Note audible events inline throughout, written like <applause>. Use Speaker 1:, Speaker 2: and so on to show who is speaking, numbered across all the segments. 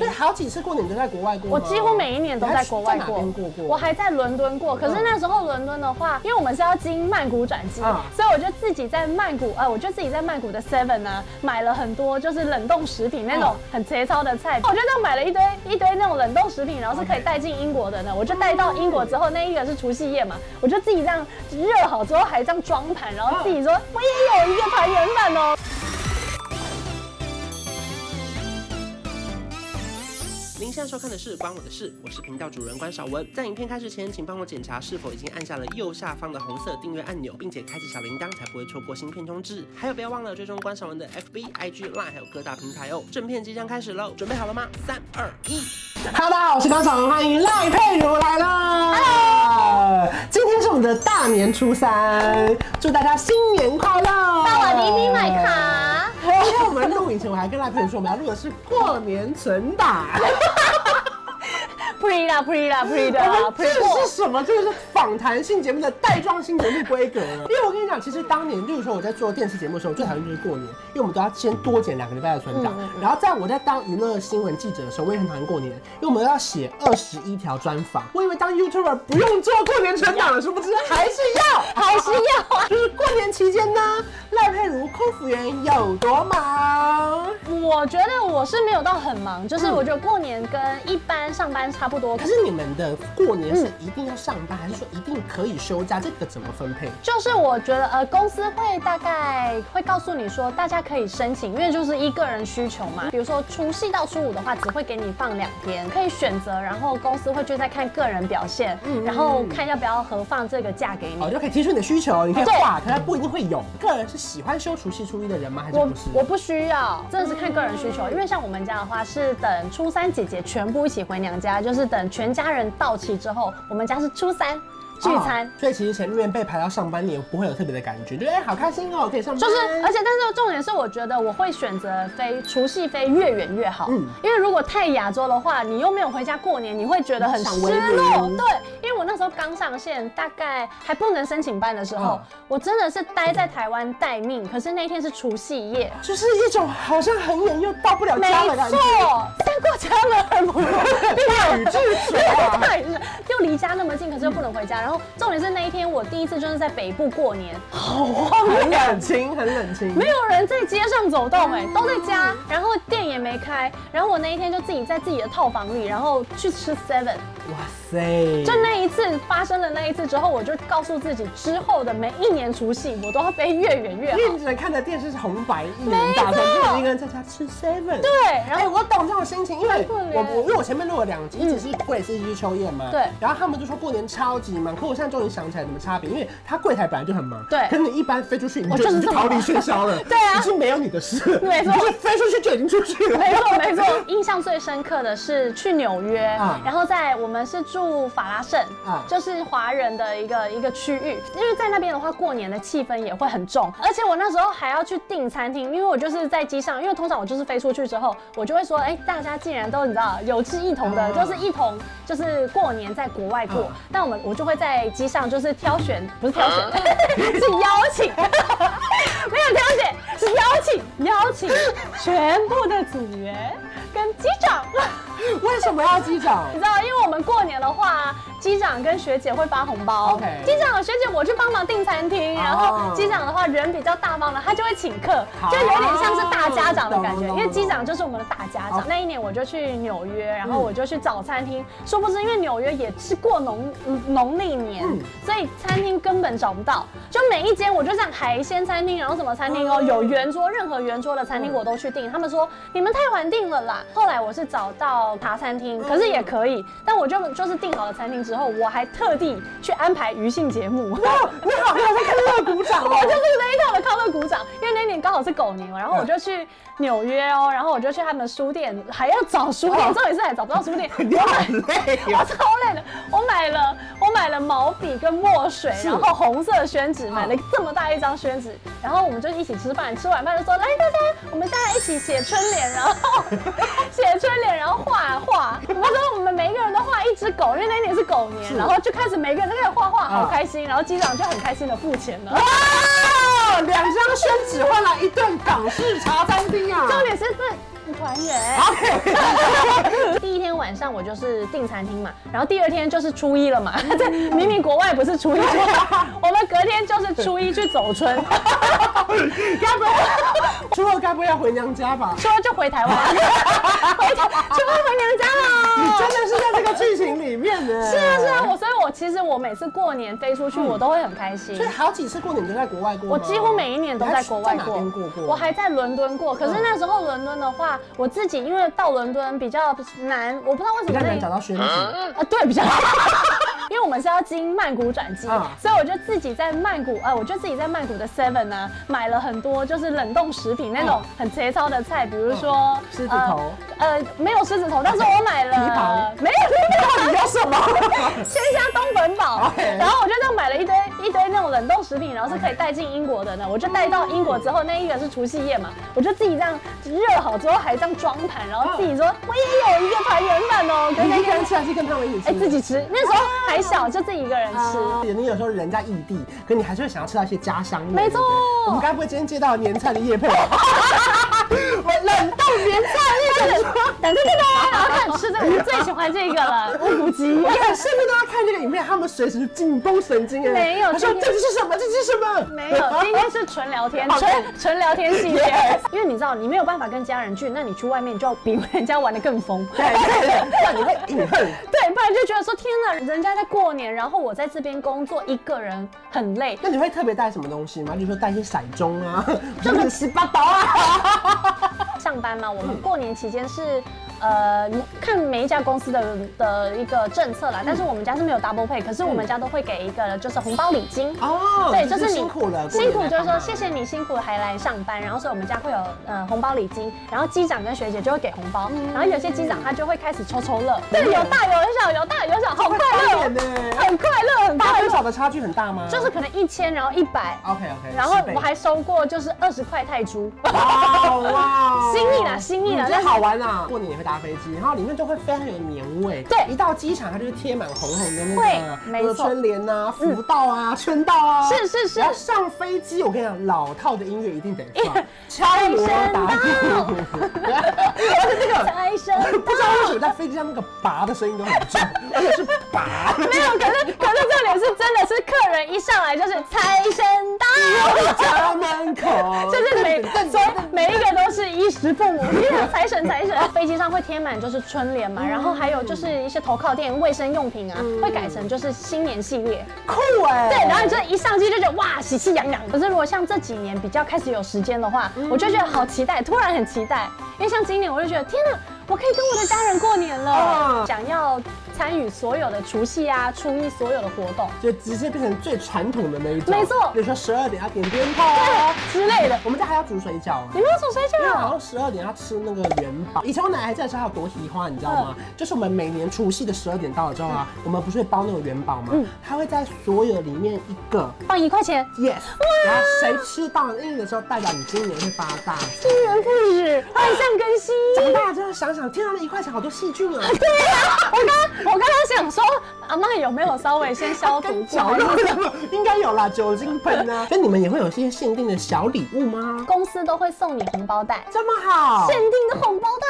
Speaker 1: 所以好几次过年都在国外过
Speaker 2: 我
Speaker 1: 吗。
Speaker 2: 几乎每一年都在国外
Speaker 1: 你还在哪
Speaker 2: 过
Speaker 1: 边过过，嗯
Speaker 2: 我还在伦敦过。可是那时候伦敦的话，因为我们是要经曼谷转机，
Speaker 1: 嗯
Speaker 2: 所以我就自己在曼谷，呃，我就自己在曼谷的 Seven 呢买了很多就是冷冻食品那
Speaker 1: 啊
Speaker 2: 种很节操的菜，我就这样买了一堆一堆那种冷冻食品，然后是可以带进英国的呢。我就带到英国之后，那一个是除夕夜嘛，我就自己这样热好之后还这样装盘，然后自己说
Speaker 1: 啊
Speaker 2: 我也有一个团圆饭哦。
Speaker 3: 您现在收看的是《关我的事》，我是频道主人关少文。在影片开始前，请帮我检查是否已经按下了右下方的红色订阅按钮，并且开启小铃铛，才不会错过新片通知。还有，不要忘了追踪关少文的 FB、IG、Line，还有各大平台哦。正片即将开始喽，准备好了吗？三、二、一。
Speaker 1: Hello，大家好，我是高爽，欢迎赖佩如来啦。Hello，今天是我们的大年初三，祝大家新年快乐！到
Speaker 2: 瓦迪米买。
Speaker 1: <laughs>
Speaker 2: 卡，
Speaker 1: 因为我们录影前，我还跟赖佩如说，我们要录的是过年存档。
Speaker 2: pre
Speaker 1: 啊
Speaker 2: 啦 pre 啦 pre 的
Speaker 1: 我们
Speaker 2: pre
Speaker 1: 这
Speaker 2: 过。
Speaker 1: 是什么？这个是访谈性节目的带状性节目规格。啊
Speaker 2: <laughs>
Speaker 1: 因为我跟你讲，其实当年，例如说我在做电视节目的时候，我最讨厌就是过年，因为我们都要先多剪两个礼拜的存
Speaker 2: 嗯
Speaker 1: 档。然后在我在当娱乐新闻记者的时候，我也很讨厌过年，因为我们要写二十一条专访。我以为当 YouTuber 不用做过年存档了，殊不知还是要，
Speaker 2: <laughs> 还是要啊
Speaker 1: 就是过年期间呢，赖佩如空服员有多忙？
Speaker 2: 我觉得我是没有到很忙，
Speaker 1: 嗯
Speaker 2: 就是我觉得过年跟一般上班差不多，可
Speaker 1: 可
Speaker 2: 是
Speaker 1: 是你们的过年
Speaker 2: 嗯
Speaker 1: 是一定要上班，还是说一定可以休假？这个怎么分配？
Speaker 2: 就是我觉得呃，公司会大概会告诉你说，大家可以申请，因为就是一个人需求嘛。比如说除夕到初五的话，只会给你放两天，可以选择，然后公司会就在看个人表现，然后看要不要合放这个假给你。
Speaker 1: 嗯哦，就可以提出你的需求，你可以
Speaker 2: 对
Speaker 1: 画，可它不一定会有。个人是喜欢修除夕初一的人吗？还是
Speaker 2: 我
Speaker 1: 不是？嗯
Speaker 2: 我不需要，真的是看个人需求。因为像我们家的话，是等初三姐姐全部一起回娘家，就是等全家人到齐之后，我们家是初三聚餐。
Speaker 1: 哦所以其实前面被排到上班，你也不会有特别的感觉，觉得哎好开心哦，可以上班。
Speaker 2: 就是，而且但是重点是，我觉得我会选择飞除夕飞越远越好，
Speaker 1: 嗯
Speaker 2: 因为如果太亚洲的话，你又没有回家过年，你会觉得很
Speaker 1: 想
Speaker 2: 失
Speaker 1: 回
Speaker 2: 落。
Speaker 1: 炉
Speaker 2: 对，因为我那时候刚上线，大概还不能申请班的时候，
Speaker 1: 嗯
Speaker 2: 我真的是待在台湾待命。可是那一天是除夕夜，
Speaker 1: 就是一种好像很远又到不了
Speaker 2: 没
Speaker 1: 家的感觉
Speaker 2: 错。，但过家
Speaker 1: <laughs>
Speaker 2: 门很不容易，
Speaker 1: 大禹治水
Speaker 2: <laughs>
Speaker 1: 啊！
Speaker 2: 对，又离家那么近，可是又不能回家。然后重点是那一天我第一次就是在北部过年，
Speaker 1: 哦很冷清，很冷清。
Speaker 2: 没有人在街上走动、哎，都在家，然后店也没开。然后我那一天就自己在自己的套房里，然后去吃 seven。
Speaker 1: 哇塞，
Speaker 2: 就那一次发生了那一次之后，我就告诉自己，之后的每一年除夕我都要飞越远越好。
Speaker 1: 因为你只能看着电视是红白一年大战，
Speaker 2: 没错
Speaker 1: 就一个人在家吃 seven。对。
Speaker 2: 对，然
Speaker 1: 哎、
Speaker 2: 后
Speaker 1: 我懂这种心情，因为
Speaker 2: 可怜嗯
Speaker 1: 我我因为我前面录了两集，一集是柜是一集是秋叶嘛，
Speaker 2: 对
Speaker 1: 然后他们就说过年超级忙，可我现在终于想起来什么差别，因为他柜台本来就很忙，
Speaker 2: 对
Speaker 1: 可是你一般飞出去，你
Speaker 2: 我
Speaker 1: 就
Speaker 2: 就是
Speaker 1: 已经
Speaker 2: 这么
Speaker 1: 逃离
Speaker 2: 忙
Speaker 1: 喧嚣了，
Speaker 2: <laughs> 对啊
Speaker 1: 已经没有你的事，
Speaker 2: 没错
Speaker 1: 你就是飞出去就已经出去了，
Speaker 2: <laughs> 没错没错，印象最深刻的是去纽约，
Speaker 1: 啊
Speaker 2: 然后在我们是住法拉盛，
Speaker 1: 啊
Speaker 2: 就是华人的一个一个区域，因为在那边的话，过年的气氛也会很重，而且我那时候还要去订餐厅，因为我就是在机上，因为通常我就是飞出去之后，我就会说，哎，大家既然都你知道有志一同的，
Speaker 1: 啊
Speaker 2: 就是一同就是过年在国外过，
Speaker 1: 啊
Speaker 2: 但我们我就会在机上就是挑选，不是挑选， <laughs> 是邀请。 <laughs> 没有挑选，是邀请，邀请全部的组员跟机长。
Speaker 1: <laughs> 为什么要机长？
Speaker 2: 你知道，因为我们过年的话，机长跟学姐会发红包。
Speaker 1: OK 哦
Speaker 2: 机长学姐我去帮忙订餐厅，然后机长的话人比较大方的，他就会请客
Speaker 1: 好，
Speaker 2: 就有点像是大家长的感觉。
Speaker 1: 懂
Speaker 2: 因
Speaker 1: 懂哦嗯
Speaker 2: 为机长就是我们的大家长
Speaker 1: 好。
Speaker 2: 那一年我就去纽约，然后我就去找餐厅，殊不知因为纽约也是过农嗯农历年
Speaker 1: 嗯，
Speaker 2: 所以餐厅根本找不到。就每一间我就这样海鲜餐厅，然后什么餐厅哦，
Speaker 1: 嗯
Speaker 2: 有圆桌，任何圆桌的餐厅我都去订。他们说你们太晚订了啦。后来我是找到茶餐
Speaker 1: 嗯
Speaker 2: 厅，可是也可以，但我就就是订好了餐厅之后，我还特地去安排余兴
Speaker 1: <laughs>
Speaker 2: 节目。
Speaker 1: 哦，你好，你好像看到鼓掌
Speaker 2: 我就是
Speaker 1: 哦。
Speaker 2: 那一套的康乐鼓掌，因为那一年刚好是狗年嘛，然后我就去纽约哦，然后我就去他们的书店，还要找书店，
Speaker 1: 哦
Speaker 2: 重点是还找不到书店，
Speaker 1: <laughs> 你好累
Speaker 2: 我 <laughs>
Speaker 1: 哦！
Speaker 2: 超累的，我买了我买了毛笔跟墨水，
Speaker 1: 是
Speaker 2: 然后红色宣纸，买了这么大一张宣纸，然后我们就一起吃饭，吃完饭就说来大家，我们大家一起写春联，
Speaker 1: <laughs>
Speaker 2: 然后写春联，然后画画。我们说我们每一个人都画一只狗，因为那年是狗年，
Speaker 1: 是
Speaker 2: 然后就开始每个人都开始画画，好
Speaker 1: 啊
Speaker 2: 开心，然后机长就很开心的付钱了。
Speaker 1: 哦哇，两张宣纸换来一顿港式茶餐厅啊！
Speaker 2: 重点是这还原。
Speaker 1: OK，
Speaker 2: <laughs> 第一天晚上我就是订餐厅嘛，然后第二天就是初一了嘛。 <laughs> 这明明国外不是 <laughs> 初一，我们隔天就是初一去走 <laughs> 春，
Speaker 1: 该不会初二该不会要回娘家吧？
Speaker 2: 说就回台 <laughs> 湾，回台初二回娘
Speaker 1: 你
Speaker 2: 家
Speaker 1: 真
Speaker 2: 了。
Speaker 1: 的是在这个剧情里面呢？
Speaker 2: <laughs> 是啊是啊，我所以我其实我每次过年飞出去，我都会很开心
Speaker 1: 所。以好几次过年都在国外过吗。
Speaker 2: 我几乎每一年都在国
Speaker 1: 嗯
Speaker 2: 外
Speaker 1: 你还在哪
Speaker 2: 过
Speaker 1: 边过过，嗯
Speaker 2: 我还在伦敦过。可是那时候伦敦的话，我自己因为到伦敦比较难，我不知道为什
Speaker 1: 比
Speaker 2: 么
Speaker 1: 较
Speaker 2: 那
Speaker 1: 难找到选址。
Speaker 2: 啊，对，比较。 <laughs> 因为我们是要经曼谷转机，
Speaker 1: 嗯
Speaker 2: 所以我就自己在曼谷，呃，我就自己在曼谷的 Seven 呢、买了很多就是冷冻食品那种很节操的菜，比如说、
Speaker 1: 嗯狮子头啊
Speaker 2: 呃，呃，没有狮子头，但是我买了
Speaker 1: 皮袍
Speaker 2: 没有没有
Speaker 1: 你，要什
Speaker 2: <laughs>
Speaker 1: 么？
Speaker 2: 鲜虾东
Speaker 1: <laughs>
Speaker 2: 本堡
Speaker 1: OK
Speaker 2: 然后我就这样买了一堆一堆那种冷冻食品，然后是可以带进英国的呢。我就带到英国之后，那一个是除夕夜嘛，我就自己这样热好之后还这样装盘，然后自己说、我也有一个团圆
Speaker 1: <laughs>
Speaker 2: 饭哦，跟
Speaker 1: 你
Speaker 2: 那
Speaker 1: 一个
Speaker 2: 个
Speaker 1: 人吃还是跟他们一起吃？
Speaker 2: 哎、自己吃，那时候还小，就自己一个人吃。
Speaker 1: 吃。你有时候人在异地，可你还是会想要吃到一些家乡味。
Speaker 2: 没
Speaker 1: 对
Speaker 2: 错
Speaker 1: 不对我们该不会今天接到年菜的叶配吧？
Speaker 2: <laughs>
Speaker 1: 我冷冻年菜叶配，
Speaker 2: 等这个，然后开始吃这个，我最喜欢这个了，乌骨鸡
Speaker 1: 我。看是不是都要看这个影片？他们随时紧绷神经哎。
Speaker 2: 没有
Speaker 1: 他说
Speaker 2: 今
Speaker 1: 这
Speaker 2: 天
Speaker 1: 是什么？这是什么？
Speaker 2: 没有，今天是纯聊天，纯纯聊天系列。因为你知道，你没有办法跟家人聚，那你去外面就要比人家玩的更疯。
Speaker 1: 对对对，不然你会隐恨。
Speaker 2: 对，不然就觉得说天哪，人家在过年，然后我在这边工作一个人很累。
Speaker 1: 那你会特别带什么东西吗？比如说带一些骰盅
Speaker 2: <laughs>
Speaker 1: 啊，这个十八刀啊。
Speaker 2: 上班
Speaker 1: 嗯
Speaker 2: 嘛，我们过年期间是。呃，你看每一家公司的的一个政策啦，但是我们家是没有 double pay，可是
Speaker 1: 嗯
Speaker 2: 我们家都会给一个就是红包礼金，
Speaker 1: 哦，
Speaker 2: 对，就是你
Speaker 1: 辛苦了，过
Speaker 2: 辛
Speaker 1: 年
Speaker 2: 苦
Speaker 1: 来
Speaker 2: 就是
Speaker 1: 帮
Speaker 2: 说
Speaker 1: 忙
Speaker 2: 谢谢你辛苦还来上班，然后所以我们家会有呃红包礼金，然后机长跟学姐就会给红包，然后有些机长他就会开始抽抽乐，对，有大有小，有大有小，好快乐哦
Speaker 1: 翻脸，呢
Speaker 2: 很快乐，哦很
Speaker 1: 大
Speaker 2: 快
Speaker 1: 跟
Speaker 2: 乐，
Speaker 1: 小的差距很大吗？
Speaker 2: 就是可能一千，然后一百。
Speaker 1: OK OK，
Speaker 2: 然后我还收过就是二十块泰铢，
Speaker 1: 哇
Speaker 2: <laughs>
Speaker 1: 哇
Speaker 2: 心意啦心意啦
Speaker 1: 真
Speaker 2: 但是
Speaker 1: 好玩啊！过年也会搭飞机，然后里面就会非常有年味。
Speaker 2: 对
Speaker 1: 一到机场它就是贴满红红的那
Speaker 2: 会
Speaker 1: 个，
Speaker 2: 没
Speaker 1: 比如
Speaker 2: 错嗯
Speaker 1: 春联啊、福到啊、春到啊。
Speaker 2: 是是是
Speaker 1: 然后上飞机，我跟你讲，老套的音乐一定得
Speaker 2: 哎
Speaker 1: 放，敲
Speaker 2: 财
Speaker 1: 锣
Speaker 2: 神
Speaker 1: 打
Speaker 2: 到，
Speaker 1: 鼓，
Speaker 2: 啊
Speaker 1: 而且这个。
Speaker 2: 财神到。
Speaker 1: 不知道为什么在飞机上那个“拔”的声音都很
Speaker 2: <laughs>
Speaker 1: 重，而且是“拔”。
Speaker 2: 没有，可是可是这里是真的是客人一上来就是财神到。
Speaker 1: 家门口，
Speaker 2: <laughs> 就是每所以每一个都是衣食父母， <laughs> 你看财神财神。飞机上会贴满就是春联嘛，然后还有就是一些头靠垫、卫生用品啊，会改成就是新年系列。
Speaker 1: 酷哎、
Speaker 2: 对，然后你就一上机就觉得哇，喜气洋洋。可是如果像这几年比较开始有时间的话，我就觉得好期待，突然很期待，因为像今年我就觉得天哪，我可以跟我的家人过年了，
Speaker 1: 啊
Speaker 2: 想要参与所有的除夕啊、初一所有的活动，
Speaker 1: 就直接变成最传统的那一种，
Speaker 2: 没错
Speaker 1: 比如说十二点要点鞭炮啊
Speaker 2: 哦之类的。
Speaker 1: 我们家还要煮水饺啊
Speaker 2: 你。们有煮水
Speaker 1: 因为
Speaker 2: 饺？
Speaker 1: 好像十二点要吃那个元宝。以前我奶奶还在的时候，还有多喜欢，你知道吗？
Speaker 2: 嗯
Speaker 1: 就是我们每年除夕的十二点到了之后啊，我们不是会包那种元宝吗？
Speaker 2: 嗯
Speaker 1: 她会在所有里面一个
Speaker 2: 放一块钱，
Speaker 1: yes，然后谁吃到了那个时候，代表你今年会发大财。
Speaker 2: 一元不止，万象更新。
Speaker 1: 长大之后想想，天上啊那一块钱好多细菌
Speaker 2: <laughs>
Speaker 1: 啊！
Speaker 2: 对哎呀、我刚我刚刚想说，阿妈有没有稍微先消毒过？
Speaker 1: 绞肉的应该有啦，酒精喷
Speaker 2: <laughs>
Speaker 1: 啊。那你们也会有一些限定的小礼物吗？
Speaker 2: 公司都会送你红包袋，
Speaker 1: 这么好，
Speaker 2: 限定的红包袋。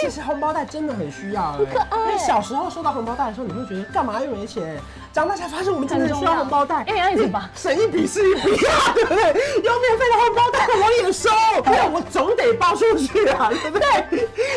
Speaker 1: 其实红包袋真的很需要、欸，
Speaker 2: 可爱
Speaker 1: 因为小时候收到红包袋的时候，你会觉得干嘛又没钱？长大才发现我们真的需要红包袋，
Speaker 2: 因为要一直吧
Speaker 1: <laughs> 省一笔是一笔啊，对不对？有免费的红包袋我也收， <laughs> 因为我总得报出去啊，对不对？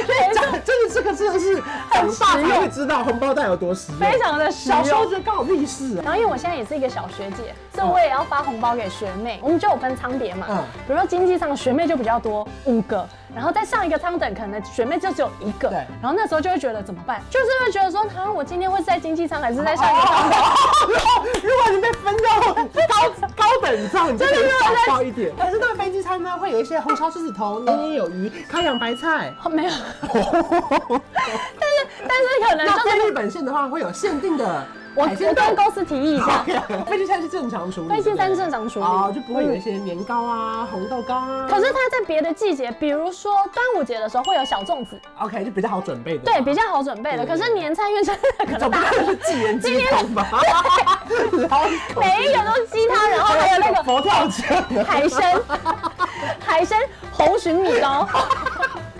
Speaker 1: 所以长真的这个真的是长大才会知道红包袋有多实用，
Speaker 2: 非常的实用
Speaker 1: 小时候就刚好历史啊。
Speaker 2: 然后因为我现在也是一个小学姐，所以我也要发红包给学妹。我们就有分仓别嘛，
Speaker 1: 嗯
Speaker 2: 比如说经济舱学妹就比较多，五个，然后在上一个舱等可能学妹就只有一个，
Speaker 1: 对
Speaker 2: 然后那时候就会觉得怎么办？就是会觉得说，好像我今天会是在经济舱还是在上一个舱
Speaker 1: <laughs>
Speaker 2: 等？
Speaker 1: 如果你被分到高高等上，你就可以少报一点。但是那个飞机餐呢，会有一些红烧狮子头、年年有余、开洋白菜。
Speaker 2: 哦没有， <laughs> 但是但是可能
Speaker 1: 那
Speaker 2: 就是
Speaker 1: 飞日本线的话，会有限定的
Speaker 2: 我
Speaker 1: 海鲜
Speaker 2: 跟
Speaker 1: 冻。
Speaker 2: 公司提议一下。
Speaker 1: <laughs> 飞机餐是正常处理，
Speaker 2: 飞机餐
Speaker 1: 对不对
Speaker 2: 正常处理
Speaker 1: 哦，就不会有一些年糕啊、红豆糕啊。
Speaker 2: 可是它在别的季节，比如说端午节的时候会有小粽子，
Speaker 1: OK 就比较好准备的，
Speaker 2: 对，比较好准备的。
Speaker 1: 啊对
Speaker 2: 可是年菜因为 <laughs> 真的
Speaker 1: <laughs>
Speaker 2: 可
Speaker 1: 总
Speaker 2: 能
Speaker 1: 不
Speaker 2: 大家
Speaker 1: 能是纪元鸡汤吧？ <laughs> 老口
Speaker 2: 每一个都是鸡汤，然后还有那个
Speaker 1: 佛 <laughs> 跳墙，
Speaker 2: <laughs> 海参、海参红鲟米糕，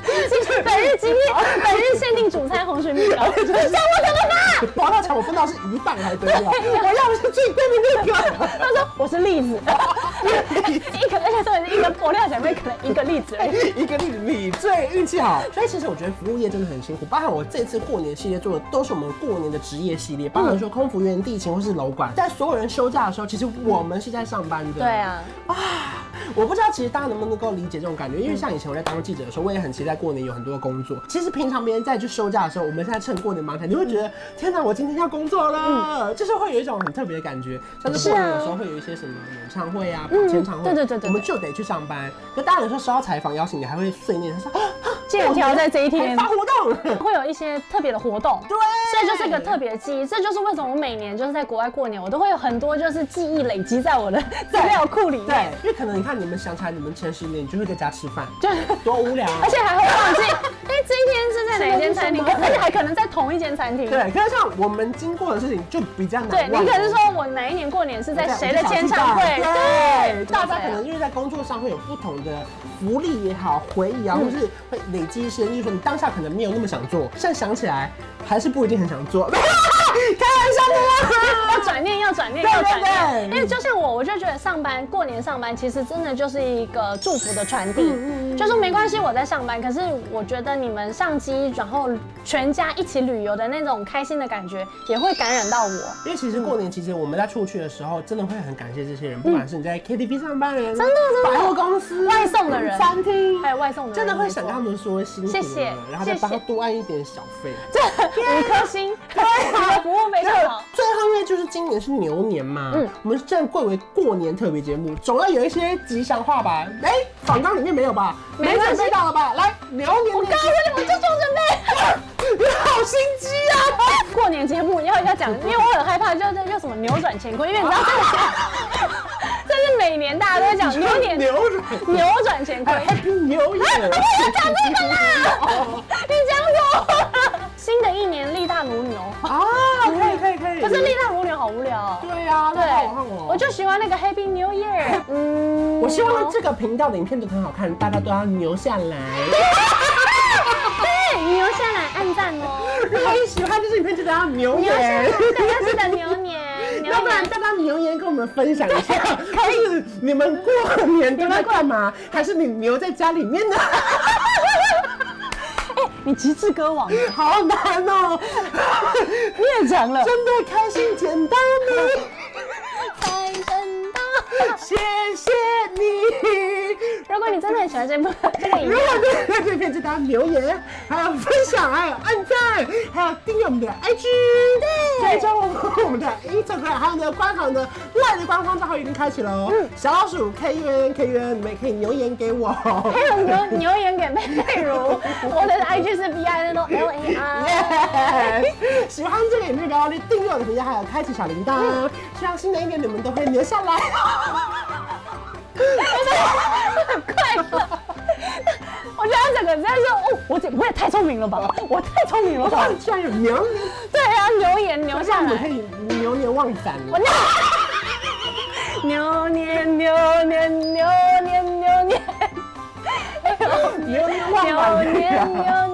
Speaker 2: 今本日今
Speaker 1: <laughs>
Speaker 2: 日本日限定主餐红曲蜜桃，这样我怎么办？
Speaker 1: 跑到场我分到是一半还得了？我要的是最贵的那个。
Speaker 2: 他说我是
Speaker 1: <laughs>
Speaker 2: 栗子， <laughs> 一个而且这里是一个我料姐妹可能一个栗子而已。
Speaker 1: 哎一个例子，你最运气好。所以其实我觉得服务业真的很辛苦，包含我这次过年系列做的都是我们过年的职业系列，包含说空服员、地勤或是楼管，在所有人休假的时候，其实我们是在上班的。
Speaker 2: 对。啊，
Speaker 1: 我不知道其实大家能不能够理解这种感觉，因
Speaker 2: 嗯
Speaker 1: 为像以前我在当记者的时候，我也很期待过年有很多工作。其实平常别人在去休假的时候，我们现在趁过年忙起来，你会觉得天哪，我今天要工作了，
Speaker 2: 嗯
Speaker 1: 就是会有一种很特别的感觉。像是过年有时候会有一些什么演唱会啊、
Speaker 2: 嗯
Speaker 1: 签唱会，
Speaker 2: 对对对对对
Speaker 1: 我们就得去上班。可当然有时候收到采访邀请，你还会碎念，他说啊，啊
Speaker 2: 剑条在这一
Speaker 1: 还
Speaker 2: 天
Speaker 1: 发活动。
Speaker 2: 会有一些特别的活动。
Speaker 1: 对，
Speaker 2: 所以就是一个特别的记忆，这就是为什么我每年就是在国外过年，我都会有很多就是记忆累积在我的 <laughs> 资料库里
Speaker 1: 对
Speaker 2: 面，，
Speaker 1: 因为可能你看你们想起来你们前十年，你就会在家吃饭，
Speaker 2: 就是 <laughs>
Speaker 1: 多无聊啊
Speaker 2: 而。且还会忘记，
Speaker 1: <laughs>
Speaker 2: 哎，今天是在哪一间餐厅，
Speaker 1: 是吗
Speaker 2: 而且还可能在同一间餐厅。
Speaker 1: 对，可是像我们经过的事情就比较难
Speaker 2: 对，
Speaker 1: 忘。
Speaker 2: 你可是说我哪一年过年是在谁的签唱会？
Speaker 1: 对，大家可
Speaker 2: 就是这样
Speaker 1: 能因为在工作上会有不同的福利也好，回忆
Speaker 2: 嗯
Speaker 1: 啊，或者是会累积一些，就是说你当下可能没有那么想做，现在想起来还是不一定很想做。 <laughs> 开玩笑的啦。
Speaker 2: <laughs> 要转念，要转念，
Speaker 1: 对对
Speaker 2: 要转念。
Speaker 1: 对
Speaker 2: 因为就像我，我就觉得上班过年上班，其实真的就是一个祝福的传递，
Speaker 1: 嗯
Speaker 2: 就是没关系，我在上班，可是我觉得你们上机，然后全家一起旅游的那种开心的感觉，也会感染到我。
Speaker 1: 因为其实过年期间我们在出去的时候，真的会很感谢这些人，不管是你在 KTV 上班的人，
Speaker 2: 嗯真的真的
Speaker 1: 百货公司
Speaker 2: 外送的人
Speaker 1: 餐厅
Speaker 2: 还。有外送的人，
Speaker 1: 真的会
Speaker 2: 没错
Speaker 1: 想跟他们说辛苦了，
Speaker 2: 谢谢
Speaker 1: 然后再帮他
Speaker 2: 谢谢
Speaker 1: 多按一点小费。
Speaker 2: 这
Speaker 1: 啊
Speaker 2: 五颗星，你 <laughs> 的服务非常好。
Speaker 1: 最后，因为就是今年是牛年嘛，
Speaker 2: 嗯
Speaker 1: 我们正贵为过年特别节目，总要有一些吉祥话吧？哎、仿纲里面没有吧？
Speaker 2: 没
Speaker 1: 没
Speaker 2: 关系
Speaker 1: 准备到了吧？来，牛年，我
Speaker 2: 刚刚我就做准
Speaker 1: 你
Speaker 2: 备。
Speaker 1: <laughs> 好心机啊！
Speaker 2: 过年节目要要讲，因为我很害怕，就是又什么扭转乾坤，因为你知道这个，这是每年大家都
Speaker 1: <laughs>
Speaker 2: 会讲牛年
Speaker 1: 牛转，
Speaker 2: 扭转乾坤。
Speaker 1: 哎 Happy New Year！
Speaker 2: 我讲这个
Speaker 1: 哦
Speaker 2: 啦， <laughs> 你讲我。新的一年力大如牛，
Speaker 1: 啊，可以可以可以，
Speaker 2: 可是力大如牛好无聊哦。
Speaker 1: 对啊，
Speaker 2: 对
Speaker 1: 那好好看哦，
Speaker 2: 我就喜欢那个 Happy New
Speaker 1: <laughs>
Speaker 2: Year。嗯，
Speaker 1: 我希望这个频道的影片都很好看，大家都要牛下来。
Speaker 2: 对牛下来按赞
Speaker 1: <laughs>
Speaker 2: 哦，
Speaker 1: 如果你喜欢这支影片，记得要留
Speaker 2: 牛下来
Speaker 1: 言。
Speaker 2: 大家记得牛年，
Speaker 1: <laughs> 要
Speaker 2: 牛
Speaker 1: 不然
Speaker 2: 年。
Speaker 1: 大家留言跟我们分享一下，可是你们过年都在干嘛？还是你留在家里面呢？
Speaker 2: 你极致歌
Speaker 1: <laughs>
Speaker 2: 王，你
Speaker 1: <laughs> 好难 <laughs> 哦，
Speaker 2: 也讲了。
Speaker 1: 真的开心简单呢， <laughs>
Speaker 2: 才等到。
Speaker 1: 谢谢你。
Speaker 2: 如果你真的很喜欢这部这个影
Speaker 1: 如
Speaker 2: 片
Speaker 1: 果，对这片记得留言，还有分享，还有按赞，还有订阅我们的 IG，对，追踪我们我们的 Instagram，还有呢官方的 LINE 的官方账号已经开启了哦，
Speaker 2: 嗯
Speaker 1: 小老鼠 K U N K U N，你们也可以留言给我。
Speaker 2: 还
Speaker 1: <laughs>
Speaker 2: 有留留言给佩佩如，我的 IG 是 B I N O L A R。
Speaker 1: 耶！喜欢这个影片，不要忘记订阅我的频道，还有开启小铃
Speaker 2: 嗯
Speaker 1: 铛。希望新的一年你们都会留下来。
Speaker 2: 很快乐。我觉得他整个人在说，哦，我姐我也太聪明了吧，我太聪明了
Speaker 1: 我
Speaker 2: 吧
Speaker 1: 忘。了居然有牛年，
Speaker 2: 对啊，留言留下
Speaker 1: 让我可
Speaker 2: 来。
Speaker 1: 以牛年忘返
Speaker 2: 我
Speaker 1: 了。
Speaker 2: 那牛年牛年牛年牛年。
Speaker 1: 牛年忘返
Speaker 2: 牛年
Speaker 1: 了。